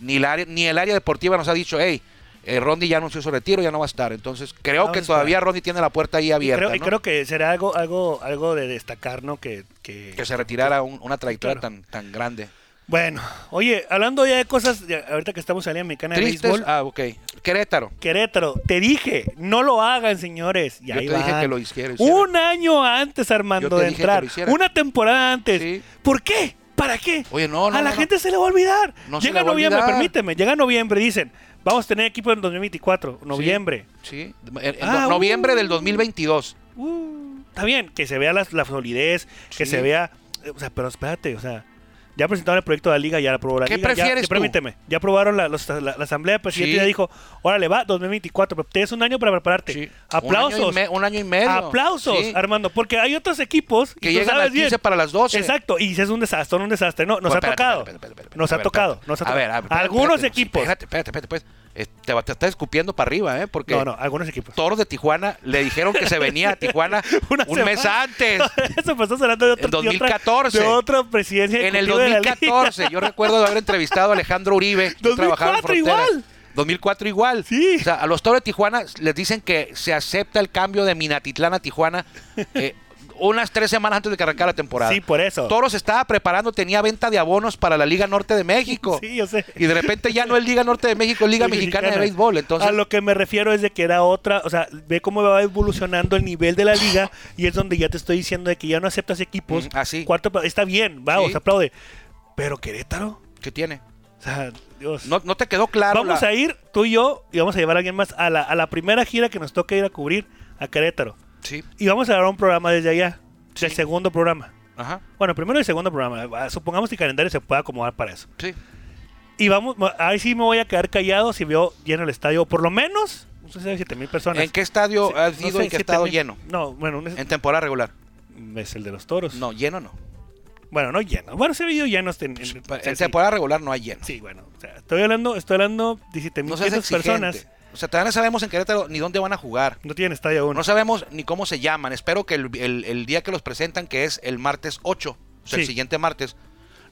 Speaker 2: Ni el área, ni el área deportiva nos ha dicho, hey, eh, Rodney ya anunció su retiro, ya no va a estar. Entonces, creo
Speaker 3: Vamos a
Speaker 2: que
Speaker 3: esperar.
Speaker 2: todavía Rodney tiene la puerta ahí
Speaker 3: Y
Speaker 2: abierta.
Speaker 3: creo, y
Speaker 2: ¿no?
Speaker 3: creo que será algo, algo, algo de destacar, ¿no? Que, que,
Speaker 2: que se retirara un- una trayectoria
Speaker 3: Claro.
Speaker 2: tan, tan grande.
Speaker 3: Bueno, oye, hablando ya de cosas, de- ahorita que estamos en mi mexicana de
Speaker 2: Tristes.
Speaker 3: béisbol,
Speaker 2: Ah, ok. Querétaro.
Speaker 3: Querétaro, te dije, no lo hagan, señores. Y
Speaker 2: Yo
Speaker 3: ahí
Speaker 2: te dije
Speaker 3: van.
Speaker 2: que lo hiciera. hiciera.
Speaker 3: Un año antes, Armando,
Speaker 2: Yo te
Speaker 3: de
Speaker 2: dije que
Speaker 3: entrar.
Speaker 2: lo hiciera.
Speaker 3: Una temporada antes.
Speaker 2: Sí.
Speaker 3: ¿Por qué? ¿Para qué?
Speaker 2: Oye, no, no,
Speaker 3: A la
Speaker 2: no, no.
Speaker 3: gente se le va a olvidar.
Speaker 2: No se
Speaker 3: llega
Speaker 2: le va a
Speaker 3: noviembre,
Speaker 2: olvidar.
Speaker 3: permíteme. Llega noviembre, dicen. Vamos a tener equipo en 2024, noviembre.
Speaker 2: Sí. En- en
Speaker 3: Ah,
Speaker 2: no- noviembre
Speaker 3: uh.
Speaker 2: del 2022.
Speaker 3: Uh, está bien, que se vea la, la solidez, que
Speaker 2: Sí.
Speaker 3: se vea. eh, O sea, pero espérate, o sea. Ya presentaron el proyecto de la liga, ya la aprobó la
Speaker 2: ¿Qué
Speaker 3: liga. ya-
Speaker 2: prefieres
Speaker 3: ya,
Speaker 2: tú?
Speaker 3: permíteme, ya aprobaron la, los- la- la asamblea, pues, el presidente
Speaker 2: Sí.
Speaker 3: ya dijo, órale, va, 2024, pero tienes un año para prepararte.
Speaker 2: Sí.
Speaker 3: Aplausos.
Speaker 2: Un año y, me- un año y medio.
Speaker 3: Aplausos,
Speaker 2: Sí.
Speaker 3: Armando, porque hay otros equipos y
Speaker 2: Que
Speaker 3: tú
Speaker 2: llegan
Speaker 3: sabes
Speaker 2: a 15
Speaker 3: bien.
Speaker 2: para las 12.
Speaker 3: Exacto, y es un desastre, son un desastre. No, nos
Speaker 2: Pues,
Speaker 3: ha
Speaker 2: espérate,
Speaker 3: tocado.
Speaker 2: espérate, espérate, espérate,
Speaker 3: Nos ha
Speaker 2: espérate,
Speaker 3: tocado.
Speaker 2: espérate.
Speaker 3: nos ha
Speaker 2: A ver,
Speaker 3: tocado.
Speaker 2: a ver, espérate,
Speaker 3: algunos
Speaker 2: espérate,
Speaker 3: equipos.
Speaker 2: Espérate, espérate, espérate, pues. Eh, Te, va- te estás escupiendo para arriba, ¿eh? Porque
Speaker 3: No, no, algunos equipos.
Speaker 2: Toros de Tijuana le dijeron que se venía a Tijuana
Speaker 3: Una
Speaker 2: un
Speaker 3: semana.
Speaker 2: mes antes.
Speaker 3: Eso pues estás hablando de otro
Speaker 2: En 2014.
Speaker 3: De otra, de otra presidencia.
Speaker 2: En el
Speaker 3: ejecutiva de la liga.
Speaker 2: 2014, yo recuerdo de haber entrevistado a Alejandro Uribe. Yo trabajaba en
Speaker 3: 2004
Speaker 2: Frontera.
Speaker 3: igual.
Speaker 2: 2004 igual.
Speaker 3: Sí.
Speaker 2: O sea, a los Toros de Tijuana les dicen que se acepta el cambio de Minatitlán a Tijuana eh, unas tres semanas antes de que arrancara la temporada.
Speaker 3: Sí, por eso.
Speaker 2: Toros estaba preparando, tenía venta de abonos para la Liga Norte de México.
Speaker 3: Sí, yo sé.
Speaker 2: Y de repente ya no es Liga Norte de México, es Liga Mexicana, de Béisbol. Entonces,
Speaker 3: A lo que me refiero es de que era otra, o sea, ve cómo va evolucionando el nivel de la liga y es donde ya te estoy diciendo de que ya no aceptas equipos.
Speaker 2: Mm, así.
Speaker 3: Cuarto, pa- está bien, vamos,
Speaker 2: Sí.
Speaker 3: aplaude. Pero Querétaro,
Speaker 2: ¿qué tiene?
Speaker 3: o O sea, Dios.
Speaker 2: No, no te quedó claro.
Speaker 3: vamos
Speaker 2: la-
Speaker 3: a ir tú y yo y vamos a llevar a alguien más a la, a la primera gira que nos toca ir a cubrir a Querétaro.
Speaker 2: Sí,
Speaker 3: Y vamos a grabar un programa desde allá, del segundo programa.
Speaker 2: ajá,
Speaker 3: Bueno, primero y segundo programa. Ah, Supongamos que el calendario se pueda acomodar para eso.
Speaker 2: sí.
Speaker 3: Y vamos, ma- ahí sí me voy a quedar callado si veo lleno el estadio, o por lo menos, no sé si hay 7 mil personas.
Speaker 2: ¿En qué estadio
Speaker 3: Sí,
Speaker 2: has
Speaker 3: no
Speaker 2: ido
Speaker 3: sé,
Speaker 2: y qué
Speaker 3: 7,000.
Speaker 2: estado lleno?
Speaker 3: No, bueno, un es,
Speaker 2: En temporada regular.
Speaker 3: es el de los toros.
Speaker 2: No, lleno no.
Speaker 3: Bueno, no lleno. Bueno, se ha ido lleno. En, en- o sea,
Speaker 2: En
Speaker 3: sí.
Speaker 2: temporada regular no hay lleno.
Speaker 3: Sí, bueno. o sea, estoy hablando, estoy hablando de 7
Speaker 2: No
Speaker 3: mil
Speaker 2: seas exigente.
Speaker 3: personas.
Speaker 2: O sea, todavía no sabemos en Querétaro ni dónde van a jugar.
Speaker 3: No tienen estadio aún.
Speaker 2: No sabemos ni cómo se llaman. Espero que el, el- el día que los presentan, que es el martes 8, o sea, el
Speaker 3: Sí.
Speaker 2: siguiente martes,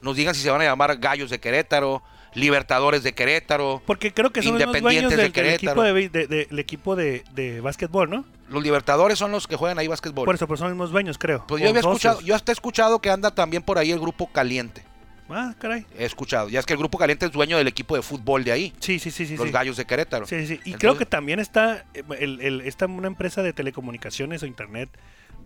Speaker 2: nos digan si se van a llamar Gallos de Querétaro, Libertadores de Querétaro.
Speaker 3: Porque creo que son los dueños
Speaker 2: Independientes de
Speaker 3: del, del equipo,
Speaker 2: Querétaro.
Speaker 3: de, be- de- de- el equipo de, de básquetbol, ¿no?
Speaker 2: Los Libertadores son los que juegan ahí básquetbol.
Speaker 3: Por eso, pero son los mismos dueños, creo.
Speaker 2: pues
Speaker 3: O
Speaker 2: yo había
Speaker 3: socios.
Speaker 2: escuchado, yo hasta he escuchado que anda también por ahí el grupo Caliente.
Speaker 3: Ah, caray.
Speaker 2: He escuchado. Ya es que el grupo Caliente es dueño del equipo de fútbol de ahí,
Speaker 3: Sí, sí, sí, sí.
Speaker 2: los
Speaker 3: sí.
Speaker 2: Gallos de Querétaro.
Speaker 3: Sí, sí, sí. Y
Speaker 2: Entonces-
Speaker 3: creo que también está, eh, el, el- está una empresa de telecomunicaciones o internet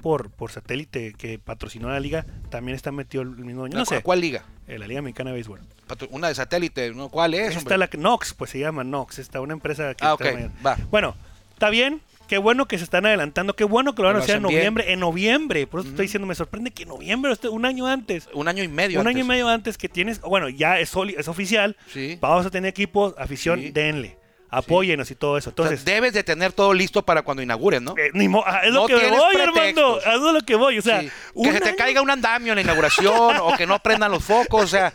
Speaker 3: por, por satélite que patrocinó a la liga. También está metido el mismo dueño. No
Speaker 2: ¿Cuál-
Speaker 3: sé.
Speaker 2: ¿Cuál liga?
Speaker 3: eh, La Liga Mexicana de Béisbol.
Speaker 2: Patro- Una de satélite, ¿no? ¿Cuál es?
Speaker 3: está
Speaker 2: hombre?
Speaker 3: la Knox, pues se llama Knox. Está una empresa que
Speaker 2: Ah,
Speaker 3: está
Speaker 2: ok,
Speaker 3: mayor.
Speaker 2: va.
Speaker 3: Bueno, está bien. Qué bueno que se están adelantando. Qué bueno que lo van a
Speaker 2: Que lo
Speaker 3: hacer en
Speaker 2: hacen bien.
Speaker 3: noviembre. En noviembre. Por eso te estoy diciendo, me sorprende que en noviembre, este- un año antes.
Speaker 2: Un año y medio.
Speaker 3: Un año y
Speaker 2: antes.
Speaker 3: medio antes que tienes, bueno, ya es, soli- es oficial.
Speaker 2: Sí.
Speaker 3: Vamos a tener equipos, afición,
Speaker 2: Sí.
Speaker 3: denle. Apóyenos y todo eso.
Speaker 2: O sea,
Speaker 3: Entonces,
Speaker 2: debes de tener todo listo para cuando inauguren, ¿no?
Speaker 3: Eh, ni mo- ah, es lo
Speaker 2: No
Speaker 3: que me
Speaker 2: tienes
Speaker 3: voy, Armando.
Speaker 2: pretextos.
Speaker 3: Es lo que voy. O sea,
Speaker 2: Sí.
Speaker 3: un
Speaker 2: Que se te
Speaker 3: año-
Speaker 2: caiga un andamio en la inauguración o que no prendan los focos, o sea,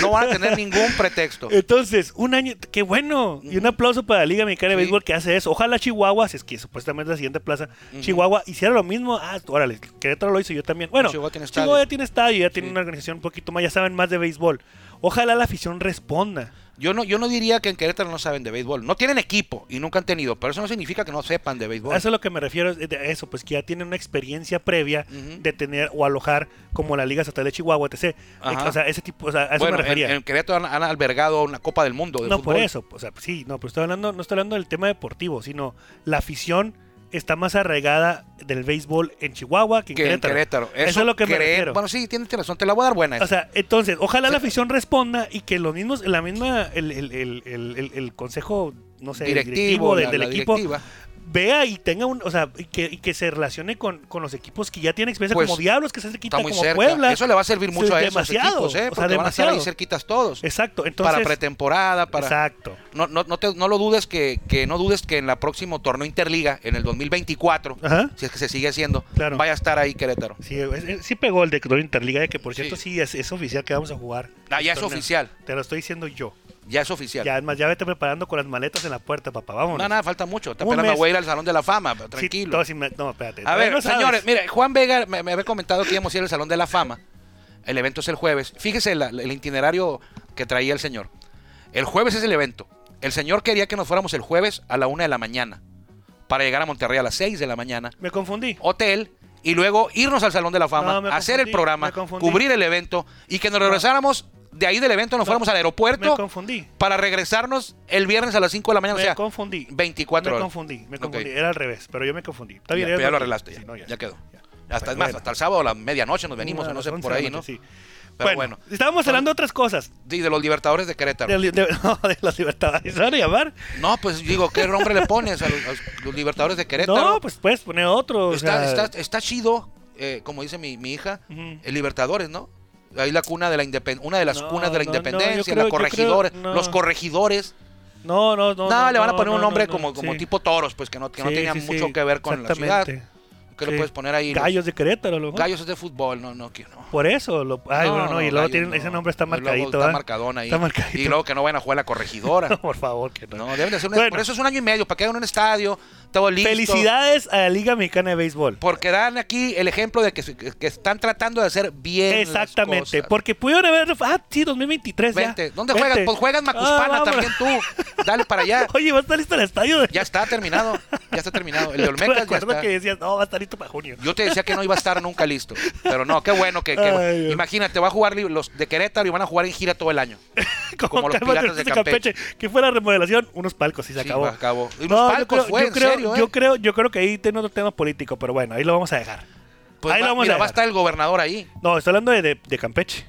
Speaker 2: no van a tener ningún pretexto.
Speaker 3: Eh, Entonces, un año. Qué bueno. Y un aplauso para la Liga Mexicana de
Speaker 2: Sí.
Speaker 3: Béisbol que hace eso. Ojalá Chihuahua, si es que supuestamente es la siguiente plaza, Chihuahua hiciera lo mismo. Ah, órale, Querétaro lo hizo yo también. Bueno,
Speaker 2: Chihuahua tiene
Speaker 3: Chihuahua ya
Speaker 2: estadio.
Speaker 3: tiene estadio, ya tiene una organización un poquito más, ya saben más de béisbol. Ojalá la afición responda.
Speaker 2: Yo no, yo no diría que en Querétaro no saben de béisbol. No tienen equipo y nunca han tenido, pero eso no significa que no sepan de
Speaker 3: A
Speaker 2: béisbol.
Speaker 3: eso es lo que me refiero, es de- a eso, pues que ya tienen una experiencia previa de tener o alojar como la Liga Estatal de Chihuahua, etc.
Speaker 2: Ajá.
Speaker 3: O sea, ese tipo, o sea, a eso
Speaker 2: bueno,
Speaker 3: me
Speaker 2: en,
Speaker 3: refería.
Speaker 2: en Querétaro han, han albergado una Copa del Mundo de
Speaker 3: No,
Speaker 2: fútbol.
Speaker 3: por eso. O sea, sí, no, pero estoy hablando, no estoy hablando del tema deportivo, sino la afición está más arraigada del béisbol en Chihuahua que en
Speaker 2: Que en
Speaker 3: Querétaro.
Speaker 2: Querétaro.
Speaker 3: Eso, es lo que me
Speaker 2: cree-
Speaker 3: refiero.
Speaker 2: Bueno, sí, tienes tienes razón, te la voy a dar buena.
Speaker 3: o
Speaker 2: esa.
Speaker 3: sea, entonces, ojalá la afición responda y que los mismos, la misma, el, el- el- el- el- el consejo, no sé, el
Speaker 2: directivo,
Speaker 3: directivo de-
Speaker 2: la-
Speaker 3: del
Speaker 2: la
Speaker 3: equipo
Speaker 2: directiva.
Speaker 3: vea y tenga un, o sea, y que, y que se relacione con, con los equipos que ya tienen experiencia,
Speaker 2: Pues,
Speaker 3: como Diablos, que se
Speaker 2: Está
Speaker 3: quita,
Speaker 2: muy
Speaker 3: como
Speaker 2: cerca.
Speaker 3: Puebla.
Speaker 2: Eso le va a servir mucho
Speaker 3: Sí,
Speaker 2: a esos
Speaker 3: demasiado.
Speaker 2: equipos, ¿eh?
Speaker 3: O
Speaker 2: Porque
Speaker 3: sea,
Speaker 2: van a estar ahí
Speaker 3: demasiado.
Speaker 2: cerquitas todos.
Speaker 3: Exacto, entonces.
Speaker 2: para pretemporada, para...
Speaker 3: Exacto.
Speaker 2: No, no, no, te- no lo dudes que, que no dudes que en la próximo torneo Interliga, en el 2024,
Speaker 3: Ajá.
Speaker 2: si es que se sigue haciendo,
Speaker 3: Claro.
Speaker 2: vaya a estar ahí Querétaro.
Speaker 3: Sí, es- es- sí pegó el de Torneo Interliga, de que por cierto
Speaker 2: Sí.
Speaker 3: sí, es, es oficial que vamos a jugar.
Speaker 2: Ah, ya es
Speaker 3: Torneo.
Speaker 2: oficial.
Speaker 3: Te lo estoy diciendo yo.
Speaker 2: Ya es oficial.
Speaker 3: Ya, además, ya vete preparando con las maletas en la puerta, papá. Vámonos.
Speaker 2: no, nada, falta mucho. Te
Speaker 3: Un
Speaker 2: apenas me
Speaker 3: mes.
Speaker 2: voy a ir al Salón de la Fama, pero
Speaker 3: Sí,
Speaker 2: tranquilo.
Speaker 3: todo sin me- no, espérate.
Speaker 2: a
Speaker 3: Eh, Todavía
Speaker 2: ver,
Speaker 3: no sabes.
Speaker 2: señores, mire, Juan Vega me, me había comentado que íbamos a ir al Salón de la Fama. El evento es el jueves. Fíjese la- el itinerario que traía el señor. El jueves es el evento. El señor quería que nos fuéramos el jueves a la una de la mañana para llegar a Monterrey a las 6 de la mañana.
Speaker 3: Me confundí.
Speaker 2: hotel y luego irnos al Salón de la Fama,
Speaker 3: No, me
Speaker 2: hacer
Speaker 3: confundí,
Speaker 2: el programa,
Speaker 3: me confundí.
Speaker 2: cubrir el evento y que nos regresáramos de ahí del evento, nos
Speaker 3: No,
Speaker 2: fuéramos al
Speaker 3: Me
Speaker 2: aeropuerto
Speaker 3: confundí.
Speaker 2: para regresarnos el viernes a las 5 de la mañana.
Speaker 3: Me
Speaker 2: o sea,
Speaker 3: confundí.
Speaker 2: 24
Speaker 3: me
Speaker 2: horas.
Speaker 3: confundí, me confundí.
Speaker 2: Ok.
Speaker 3: Era al revés, pero yo me confundí.
Speaker 2: Ya,
Speaker 3: Está bien,
Speaker 2: pero ya lo
Speaker 3: es que-
Speaker 2: arreglaste, ya,
Speaker 3: sí, no,
Speaker 2: ya quedó.
Speaker 3: Ya.
Speaker 2: Hasta, es
Speaker 3: Pero
Speaker 2: más,
Speaker 3: bueno.
Speaker 2: hasta el sábado a la medianoche nos venimos,
Speaker 3: Una
Speaker 2: o
Speaker 3: de
Speaker 2: no
Speaker 3: las
Speaker 2: sé,
Speaker 3: once
Speaker 2: por
Speaker 3: de la
Speaker 2: ahí,
Speaker 3: noche,
Speaker 2: ¿no?
Speaker 3: sí.
Speaker 2: Pero
Speaker 3: Bueno,
Speaker 2: bueno.
Speaker 3: estábamos hablando de otras cosas.
Speaker 2: Y de los Libertadores de Querétaro.
Speaker 3: De, de, no, de los libertadores. ¿Se van a llamar?
Speaker 2: No, pues digo, ¿qué nombre le pones a los, a los- los Libertadores de Querétaro?
Speaker 3: No, pues puedes poner otro. o
Speaker 2: está,
Speaker 3: sea,
Speaker 2: está- está chido, eh, como dice mi, mi hija,
Speaker 3: Ujú.
Speaker 2: el Libertadores, ¿no? Ahí la cuna de la indepen- una de las
Speaker 3: No,
Speaker 2: cunas de la
Speaker 3: no, no, yo
Speaker 2: independencia,
Speaker 3: creo-
Speaker 2: la
Speaker 3: yo creo-
Speaker 2: corregidora,
Speaker 3: no.
Speaker 2: los corregidores.
Speaker 3: No, no, no.
Speaker 2: No, le van a poner
Speaker 3: no,
Speaker 2: un nombre
Speaker 3: no, no,
Speaker 2: como, como
Speaker 3: sí.
Speaker 2: tipo toros, pues que no, que no
Speaker 3: Sí,
Speaker 2: tenía
Speaker 3: sí, sí,
Speaker 2: mucho que ver con la ciudad.
Speaker 3: exactamente.
Speaker 2: ¿Qué le
Speaker 3: Sí.
Speaker 2: puedes poner ahí? Los-
Speaker 3: Gallos de Querétaro, lo
Speaker 2: Gallos es de fútbol, no, no, que no.
Speaker 3: Por eso. Lo, ay, bueno, no, y luego
Speaker 2: Gallos
Speaker 3: tienen,
Speaker 2: no.
Speaker 3: ese nombre está
Speaker 2: Y luego
Speaker 3: marcadito.
Speaker 2: Está
Speaker 3: ¿verdad?
Speaker 2: marcadón ahí.
Speaker 3: Está marcadito.
Speaker 2: Y luego que no vayan a jugar la corregidora.
Speaker 3: No, por favor, que no.
Speaker 2: no, deben de hacer un-
Speaker 3: Bueno.
Speaker 2: Por eso es un año y medio, para que hagan un estadio, todo listo.
Speaker 3: Felicidades a la Liga Mexicana de Béisbol.
Speaker 2: Porque dan aquí el ejemplo de que, se- que están tratando de hacer bien. las
Speaker 3: Exactamente,
Speaker 2: cosas.
Speaker 3: porque pudieron haber. Ah, sí, 2023. ya.
Speaker 2: Vente. ¿Dónde juegas?
Speaker 3: Vente.
Speaker 2: Pues juegas en
Speaker 3: Ah,
Speaker 2: Macuspana
Speaker 3: vámonos.
Speaker 2: también tú. Dale para allá.
Speaker 3: Oye, va a estar listo el estadio. De...
Speaker 2: Ya está terminado. Ya está terminado. El de
Speaker 3: Me
Speaker 2: Olmecas ya
Speaker 3: acuerdo
Speaker 2: está.
Speaker 3: que decías, no, va a estar listo para junio.
Speaker 2: Yo te decía que no iba a estar nunca listo. Pero no, qué bueno que. que-
Speaker 3: Ay, Dios.
Speaker 2: imagínate, va a jugar li- los de Querétaro y van a jugar en gira todo el año. como los
Speaker 3: Cálmate,
Speaker 2: piratas de Campeche.
Speaker 3: Que fue la remodelación, unos palcos y se
Speaker 2: Sí,
Speaker 3: acabó.
Speaker 2: acabó. Y unos
Speaker 3: No, yo
Speaker 2: palcos,
Speaker 3: creo-
Speaker 2: fue,
Speaker 3: yo
Speaker 2: en
Speaker 3: creo-
Speaker 2: serio, ¿eh?
Speaker 3: Yo creo, yo creo que ahí tiene otro tema político, pero bueno, ahí lo vamos a dejar.
Speaker 2: Pues
Speaker 3: ahí
Speaker 2: va,
Speaker 3: lo vamos
Speaker 2: mira,
Speaker 3: a
Speaker 2: va a
Speaker 3: dejar.
Speaker 2: estar el gobernador ahí.
Speaker 3: No, estoy hablando de, de- de Campeche.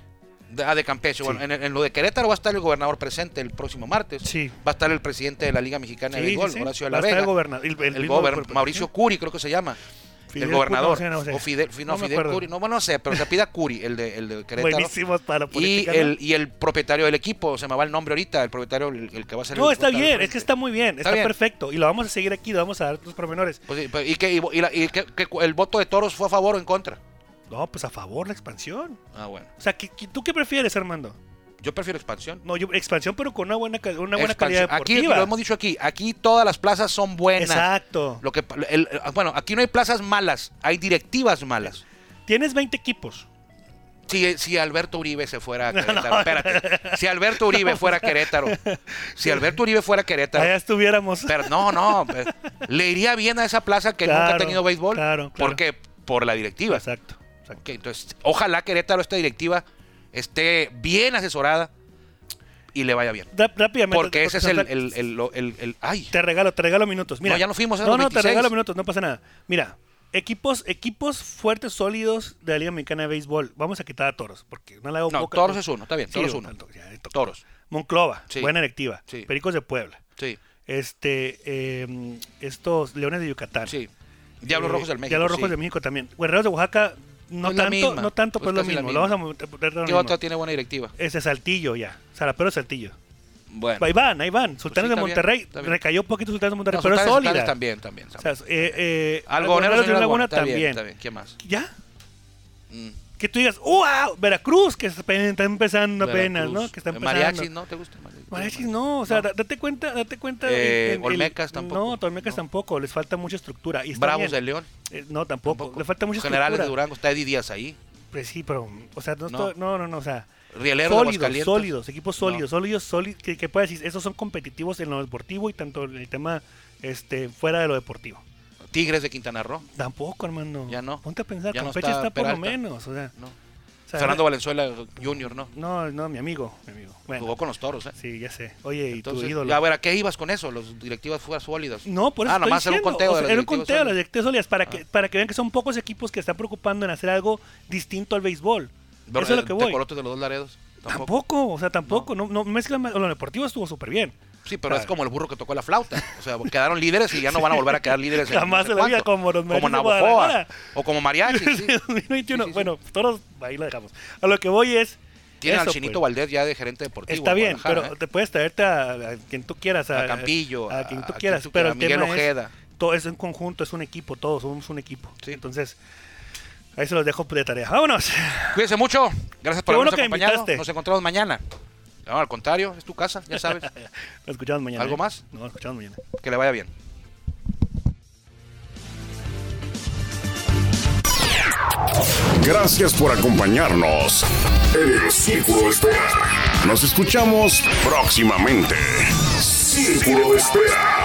Speaker 2: De, ah, de Campeche. Bueno, en, en lo de Querétaro va a estar el gobernador presente el próximo martes.
Speaker 3: Sí.
Speaker 2: Va a estar el presidente de la Liga Mexicana de
Speaker 3: Sí, sí,
Speaker 2: Béisbol,
Speaker 3: sí.
Speaker 2: Horacio de la
Speaker 3: Va a estar
Speaker 2: Vega.
Speaker 3: el gobernador- el- el
Speaker 2: El
Speaker 3: mismo
Speaker 2: gober-
Speaker 3: gobernador,
Speaker 2: Mauricio
Speaker 3: sí.
Speaker 2: Curi, creo que se llama.
Speaker 3: Fidel
Speaker 2: el
Speaker 3: Curi,
Speaker 2: gobernador.
Speaker 3: no sé, no sé.
Speaker 2: O Fidel, fi- no,
Speaker 3: No me
Speaker 2: Fidel
Speaker 3: acuerdo.
Speaker 2: Curi, no, bueno, no sé, pero se apida Curi, el de, el de Querétaro.
Speaker 3: Buenísimos para
Speaker 2: Y
Speaker 3: política. ¿no?
Speaker 2: el, y el propietario del equipo, se me va el nombre ahorita, el propietario, el, el que va a ser el este.
Speaker 3: No, está
Speaker 2: portavoz
Speaker 3: bien,
Speaker 2: del
Speaker 3: es que
Speaker 2: frente.
Speaker 3: está muy bien,
Speaker 2: pues, Está
Speaker 3: está,
Speaker 2: bien.
Speaker 3: perfecto. Y lo vamos a seguir aquí, lo vamos a dar los pormenores.
Speaker 2: Pues sí, pues, y que, y vo- y la- y que- que cu- el voto de toros fue a favor o en contra.
Speaker 3: No, pues a favor la expansión.
Speaker 2: Ah, bueno.
Speaker 3: O sea, ¿qué- qué- ¿tú qué prefieres, Armando?
Speaker 2: Yo prefiero expansión.
Speaker 3: No, yo, expansión, pero con una buena, ca- una buena
Speaker 2: Expansión.
Speaker 3: calidad
Speaker 2: Aquí
Speaker 3: deportiva.
Speaker 2: lo hemos dicho aquí, aquí todas las plazas son buenas.
Speaker 3: Exacto.
Speaker 2: Lo que el- bueno, aquí no hay plazas malas, hay directivas malas.
Speaker 3: Tienes 20 equipos.
Speaker 2: Si, si Alberto Uribe se fuera a Querétaro, espérate. Si Alberto Uribe fuera a Querétaro, si Alberto Uribe fuera a
Speaker 3: Allá
Speaker 2: Querétaro,
Speaker 3: estuviéramos.
Speaker 2: pero no, no, pues, le iría bien a esa plaza que nunca ha
Speaker 3: Claro,
Speaker 2: tenido béisbol.
Speaker 3: claro, claro.
Speaker 2: ¿Por qué? Por la directiva.
Speaker 3: Exacto. exacto.
Speaker 2: Ok, entonces, ojalá Querétaro, esta directiva, esté bien asesorada y le vaya bien.
Speaker 3: Ra- rápidamente.
Speaker 2: Porque ese es el,
Speaker 3: Santa-
Speaker 2: el, el- lo- el- el- ay,
Speaker 3: Te regalo, te regalo minutos. Mira,
Speaker 2: No, ya nos fuimos, eran
Speaker 3: No, no,
Speaker 2: 26.
Speaker 3: te regalo minutos, no pasa nada. Mira, equipos, equipos fuertes, sólidos de la Liga Mexicana de Béisbol. Vamos a quitar a Toros, porque no la hago
Speaker 2: No,
Speaker 3: poca-
Speaker 2: Toros es uno, está bien, Toros es
Speaker 3: o-
Speaker 2: uno.
Speaker 3: ya, le tocó.
Speaker 2: toros.
Speaker 3: Monclova,
Speaker 2: Sí.
Speaker 3: buena electiva.
Speaker 2: Sí.
Speaker 3: Pericos de Puebla.
Speaker 2: Sí,
Speaker 3: Este, eh, estos Leones de Yucatán.
Speaker 2: sí. Diablos
Speaker 3: Eh,
Speaker 2: Rojos del México.
Speaker 3: Diablos Rojos
Speaker 2: sí.
Speaker 3: de México también. Guerreros de Oaxaca, no
Speaker 2: Es la
Speaker 3: tanto,
Speaker 2: misma,
Speaker 3: no tanto,
Speaker 2: pues
Speaker 3: pero es
Speaker 2: casi la
Speaker 3: lo mismo.
Speaker 2: misma.
Speaker 3: Lo vamos a meter- lo
Speaker 2: ¿Qué
Speaker 3: mismo.
Speaker 2: otra tiene buena directiva?
Speaker 3: Este Saltillo ya. Zarapero Saltillo.
Speaker 2: Bueno. Pues
Speaker 3: Ahí van, ahí van. Sultanes
Speaker 2: sí,
Speaker 3: de
Speaker 2: está bien,
Speaker 3: Monterrey.
Speaker 2: está bien.
Speaker 3: Recayó un poquito Sultanes de Monterrey,
Speaker 2: No,
Speaker 3: pero es
Speaker 2: Sultanes- Sultanes
Speaker 3: sólida.
Speaker 2: También, también.
Speaker 3: O
Speaker 2: también.
Speaker 3: sea, eh, eh,
Speaker 2: Algodoneros de
Speaker 3: Unión
Speaker 2: Laguna,
Speaker 3: Laguna
Speaker 2: está bien, está bien. ¿Qué más?
Speaker 3: Ya.
Speaker 2: Mm.
Speaker 3: Que tú digas, ¡wow! Veracruz, que está apenas- está empezando apenas,
Speaker 2: Veracruz.
Speaker 3: ¿no? Que está
Speaker 2: Eh,
Speaker 3: empezando.
Speaker 2: Mariachis, ¿no? ¿Te gusta? Mariachis,
Speaker 3: Mariachis no, o sea, da- date cuenta, date cuenta.
Speaker 2: Eh,
Speaker 3: en- en-
Speaker 2: Olmecas
Speaker 3: el-
Speaker 2: tampoco,
Speaker 3: No, Olmecas
Speaker 2: no.
Speaker 3: tampoco, les falta mucha estructura. Y está
Speaker 2: Bravos de
Speaker 3: bien.
Speaker 2: León.
Speaker 3: Eh, no, tampoco.
Speaker 2: tampoco.
Speaker 3: le falta mucha
Speaker 2: Generales de
Speaker 3: estructura.
Speaker 2: Durango. Está Eddie Díaz ahí.
Speaker 3: Pues sí, pero, o sea, no,
Speaker 2: No.
Speaker 3: estoy- no, no, no, o sea,
Speaker 2: Rielero de
Speaker 3: sólidos,
Speaker 2: Aguascalientes.
Speaker 3: sólidos, equipos
Speaker 2: No.
Speaker 3: sólidos, sólidos, sólidos, que, que puedas decir, esos son competitivos en lo deportivo y tanto en el tema este, fuera de lo deportivo.
Speaker 2: Tigres de Quintana Roo.
Speaker 3: Tampoco, hermano.
Speaker 2: Ya no.
Speaker 3: Ponte a pensar,
Speaker 2: Ya no
Speaker 3: Campeche
Speaker 2: está
Speaker 3: está, por lo
Speaker 2: Peralta.
Speaker 3: menos, o sea,
Speaker 2: No.
Speaker 3: o sea,
Speaker 2: Fernando Valenzuela Junior, ¿no?
Speaker 3: No, no, mi amigo, mi amigo. Bueno,
Speaker 2: Jugó con los toros, ¿eh?
Speaker 3: sí, ya sé. Oye, y
Speaker 2: Entonces,
Speaker 3: tu ídolo.
Speaker 2: ya, a ver, ¿a qué ibas con eso? Los directivas fueron sólidas.
Speaker 3: No, por eso
Speaker 2: Ah,
Speaker 3: estoy
Speaker 2: nomás era un
Speaker 3: diciendo,
Speaker 2: conteo
Speaker 3: o
Speaker 2: de
Speaker 3: sea,
Speaker 2: las
Speaker 3: era
Speaker 2: directivas
Speaker 3: un conteo de las
Speaker 2: sólidas.
Speaker 3: directivas sólidas
Speaker 2: Ah.
Speaker 3: para, que, para que vean que son pocos equipos que están preocupando en hacer algo distinto al béisbol.
Speaker 2: Pero,
Speaker 3: eso es
Speaker 2: eh,
Speaker 3: lo que voy.
Speaker 2: Tecolotes de los dos laredos.
Speaker 3: Tampoco. o sea, tampoco. No, no mezclan más- Lo deportivo estuvo súper bien.
Speaker 2: Sí, pero es
Speaker 3: Claro.
Speaker 2: como el burro que tocó la flauta. O sea, quedaron líderes y ya no van a volver a quedar líderes. en
Speaker 3: Jamás
Speaker 2: no sé
Speaker 3: en la vida
Speaker 2: cuánto.
Speaker 3: como los
Speaker 2: Como
Speaker 3: mariachis de
Speaker 2: Navajoa.
Speaker 3: Guadalajara.
Speaker 2: O como Mariachi. sí.
Speaker 3: 2021.
Speaker 2: Sí, sí, sí.
Speaker 3: Bueno, todos ahí lo dejamos. A lo que voy es.
Speaker 2: Tienen al
Speaker 3: eso,
Speaker 2: Chinito
Speaker 3: pues.
Speaker 2: Valdés ya de gerente deportivo.
Speaker 3: Está
Speaker 2: en
Speaker 3: bien,
Speaker 2: Guadalajara,
Speaker 3: pero
Speaker 2: ¿eh?
Speaker 3: te puedes traerte a, a quien tú quieras.
Speaker 2: A Campillo,
Speaker 3: A, quien
Speaker 2: a-
Speaker 3: tú
Speaker 2: a
Speaker 3: quieras.
Speaker 2: quien tú
Speaker 3: pero
Speaker 2: quieras,
Speaker 3: el
Speaker 2: Miguel
Speaker 3: tema
Speaker 2: Ojeda.
Speaker 3: es. Todo es un conjunto, es un equipo, todos somos un equipo.
Speaker 2: Sí.
Speaker 3: Entonces, ahí se los dejo de tarea. Vámonos.
Speaker 2: ¿eh? Cuídense mucho. Gracias por
Speaker 3: Qué bueno
Speaker 2: habernos
Speaker 3: que me
Speaker 2: acompañado.
Speaker 3: invitaste.
Speaker 2: Nos encontramos mañana. No, al contrario, es tu casa, ya sabes.
Speaker 3: Nos escuchamos mañana.
Speaker 2: ¿Algo
Speaker 3: ¿eh?
Speaker 2: más?
Speaker 3: No, nos escuchamos mañana.
Speaker 2: que le vaya bien.
Speaker 4: Gracias por acompañarnos en el Círculo de Espera. Nos escuchamos próximamente. Círculo de Espera.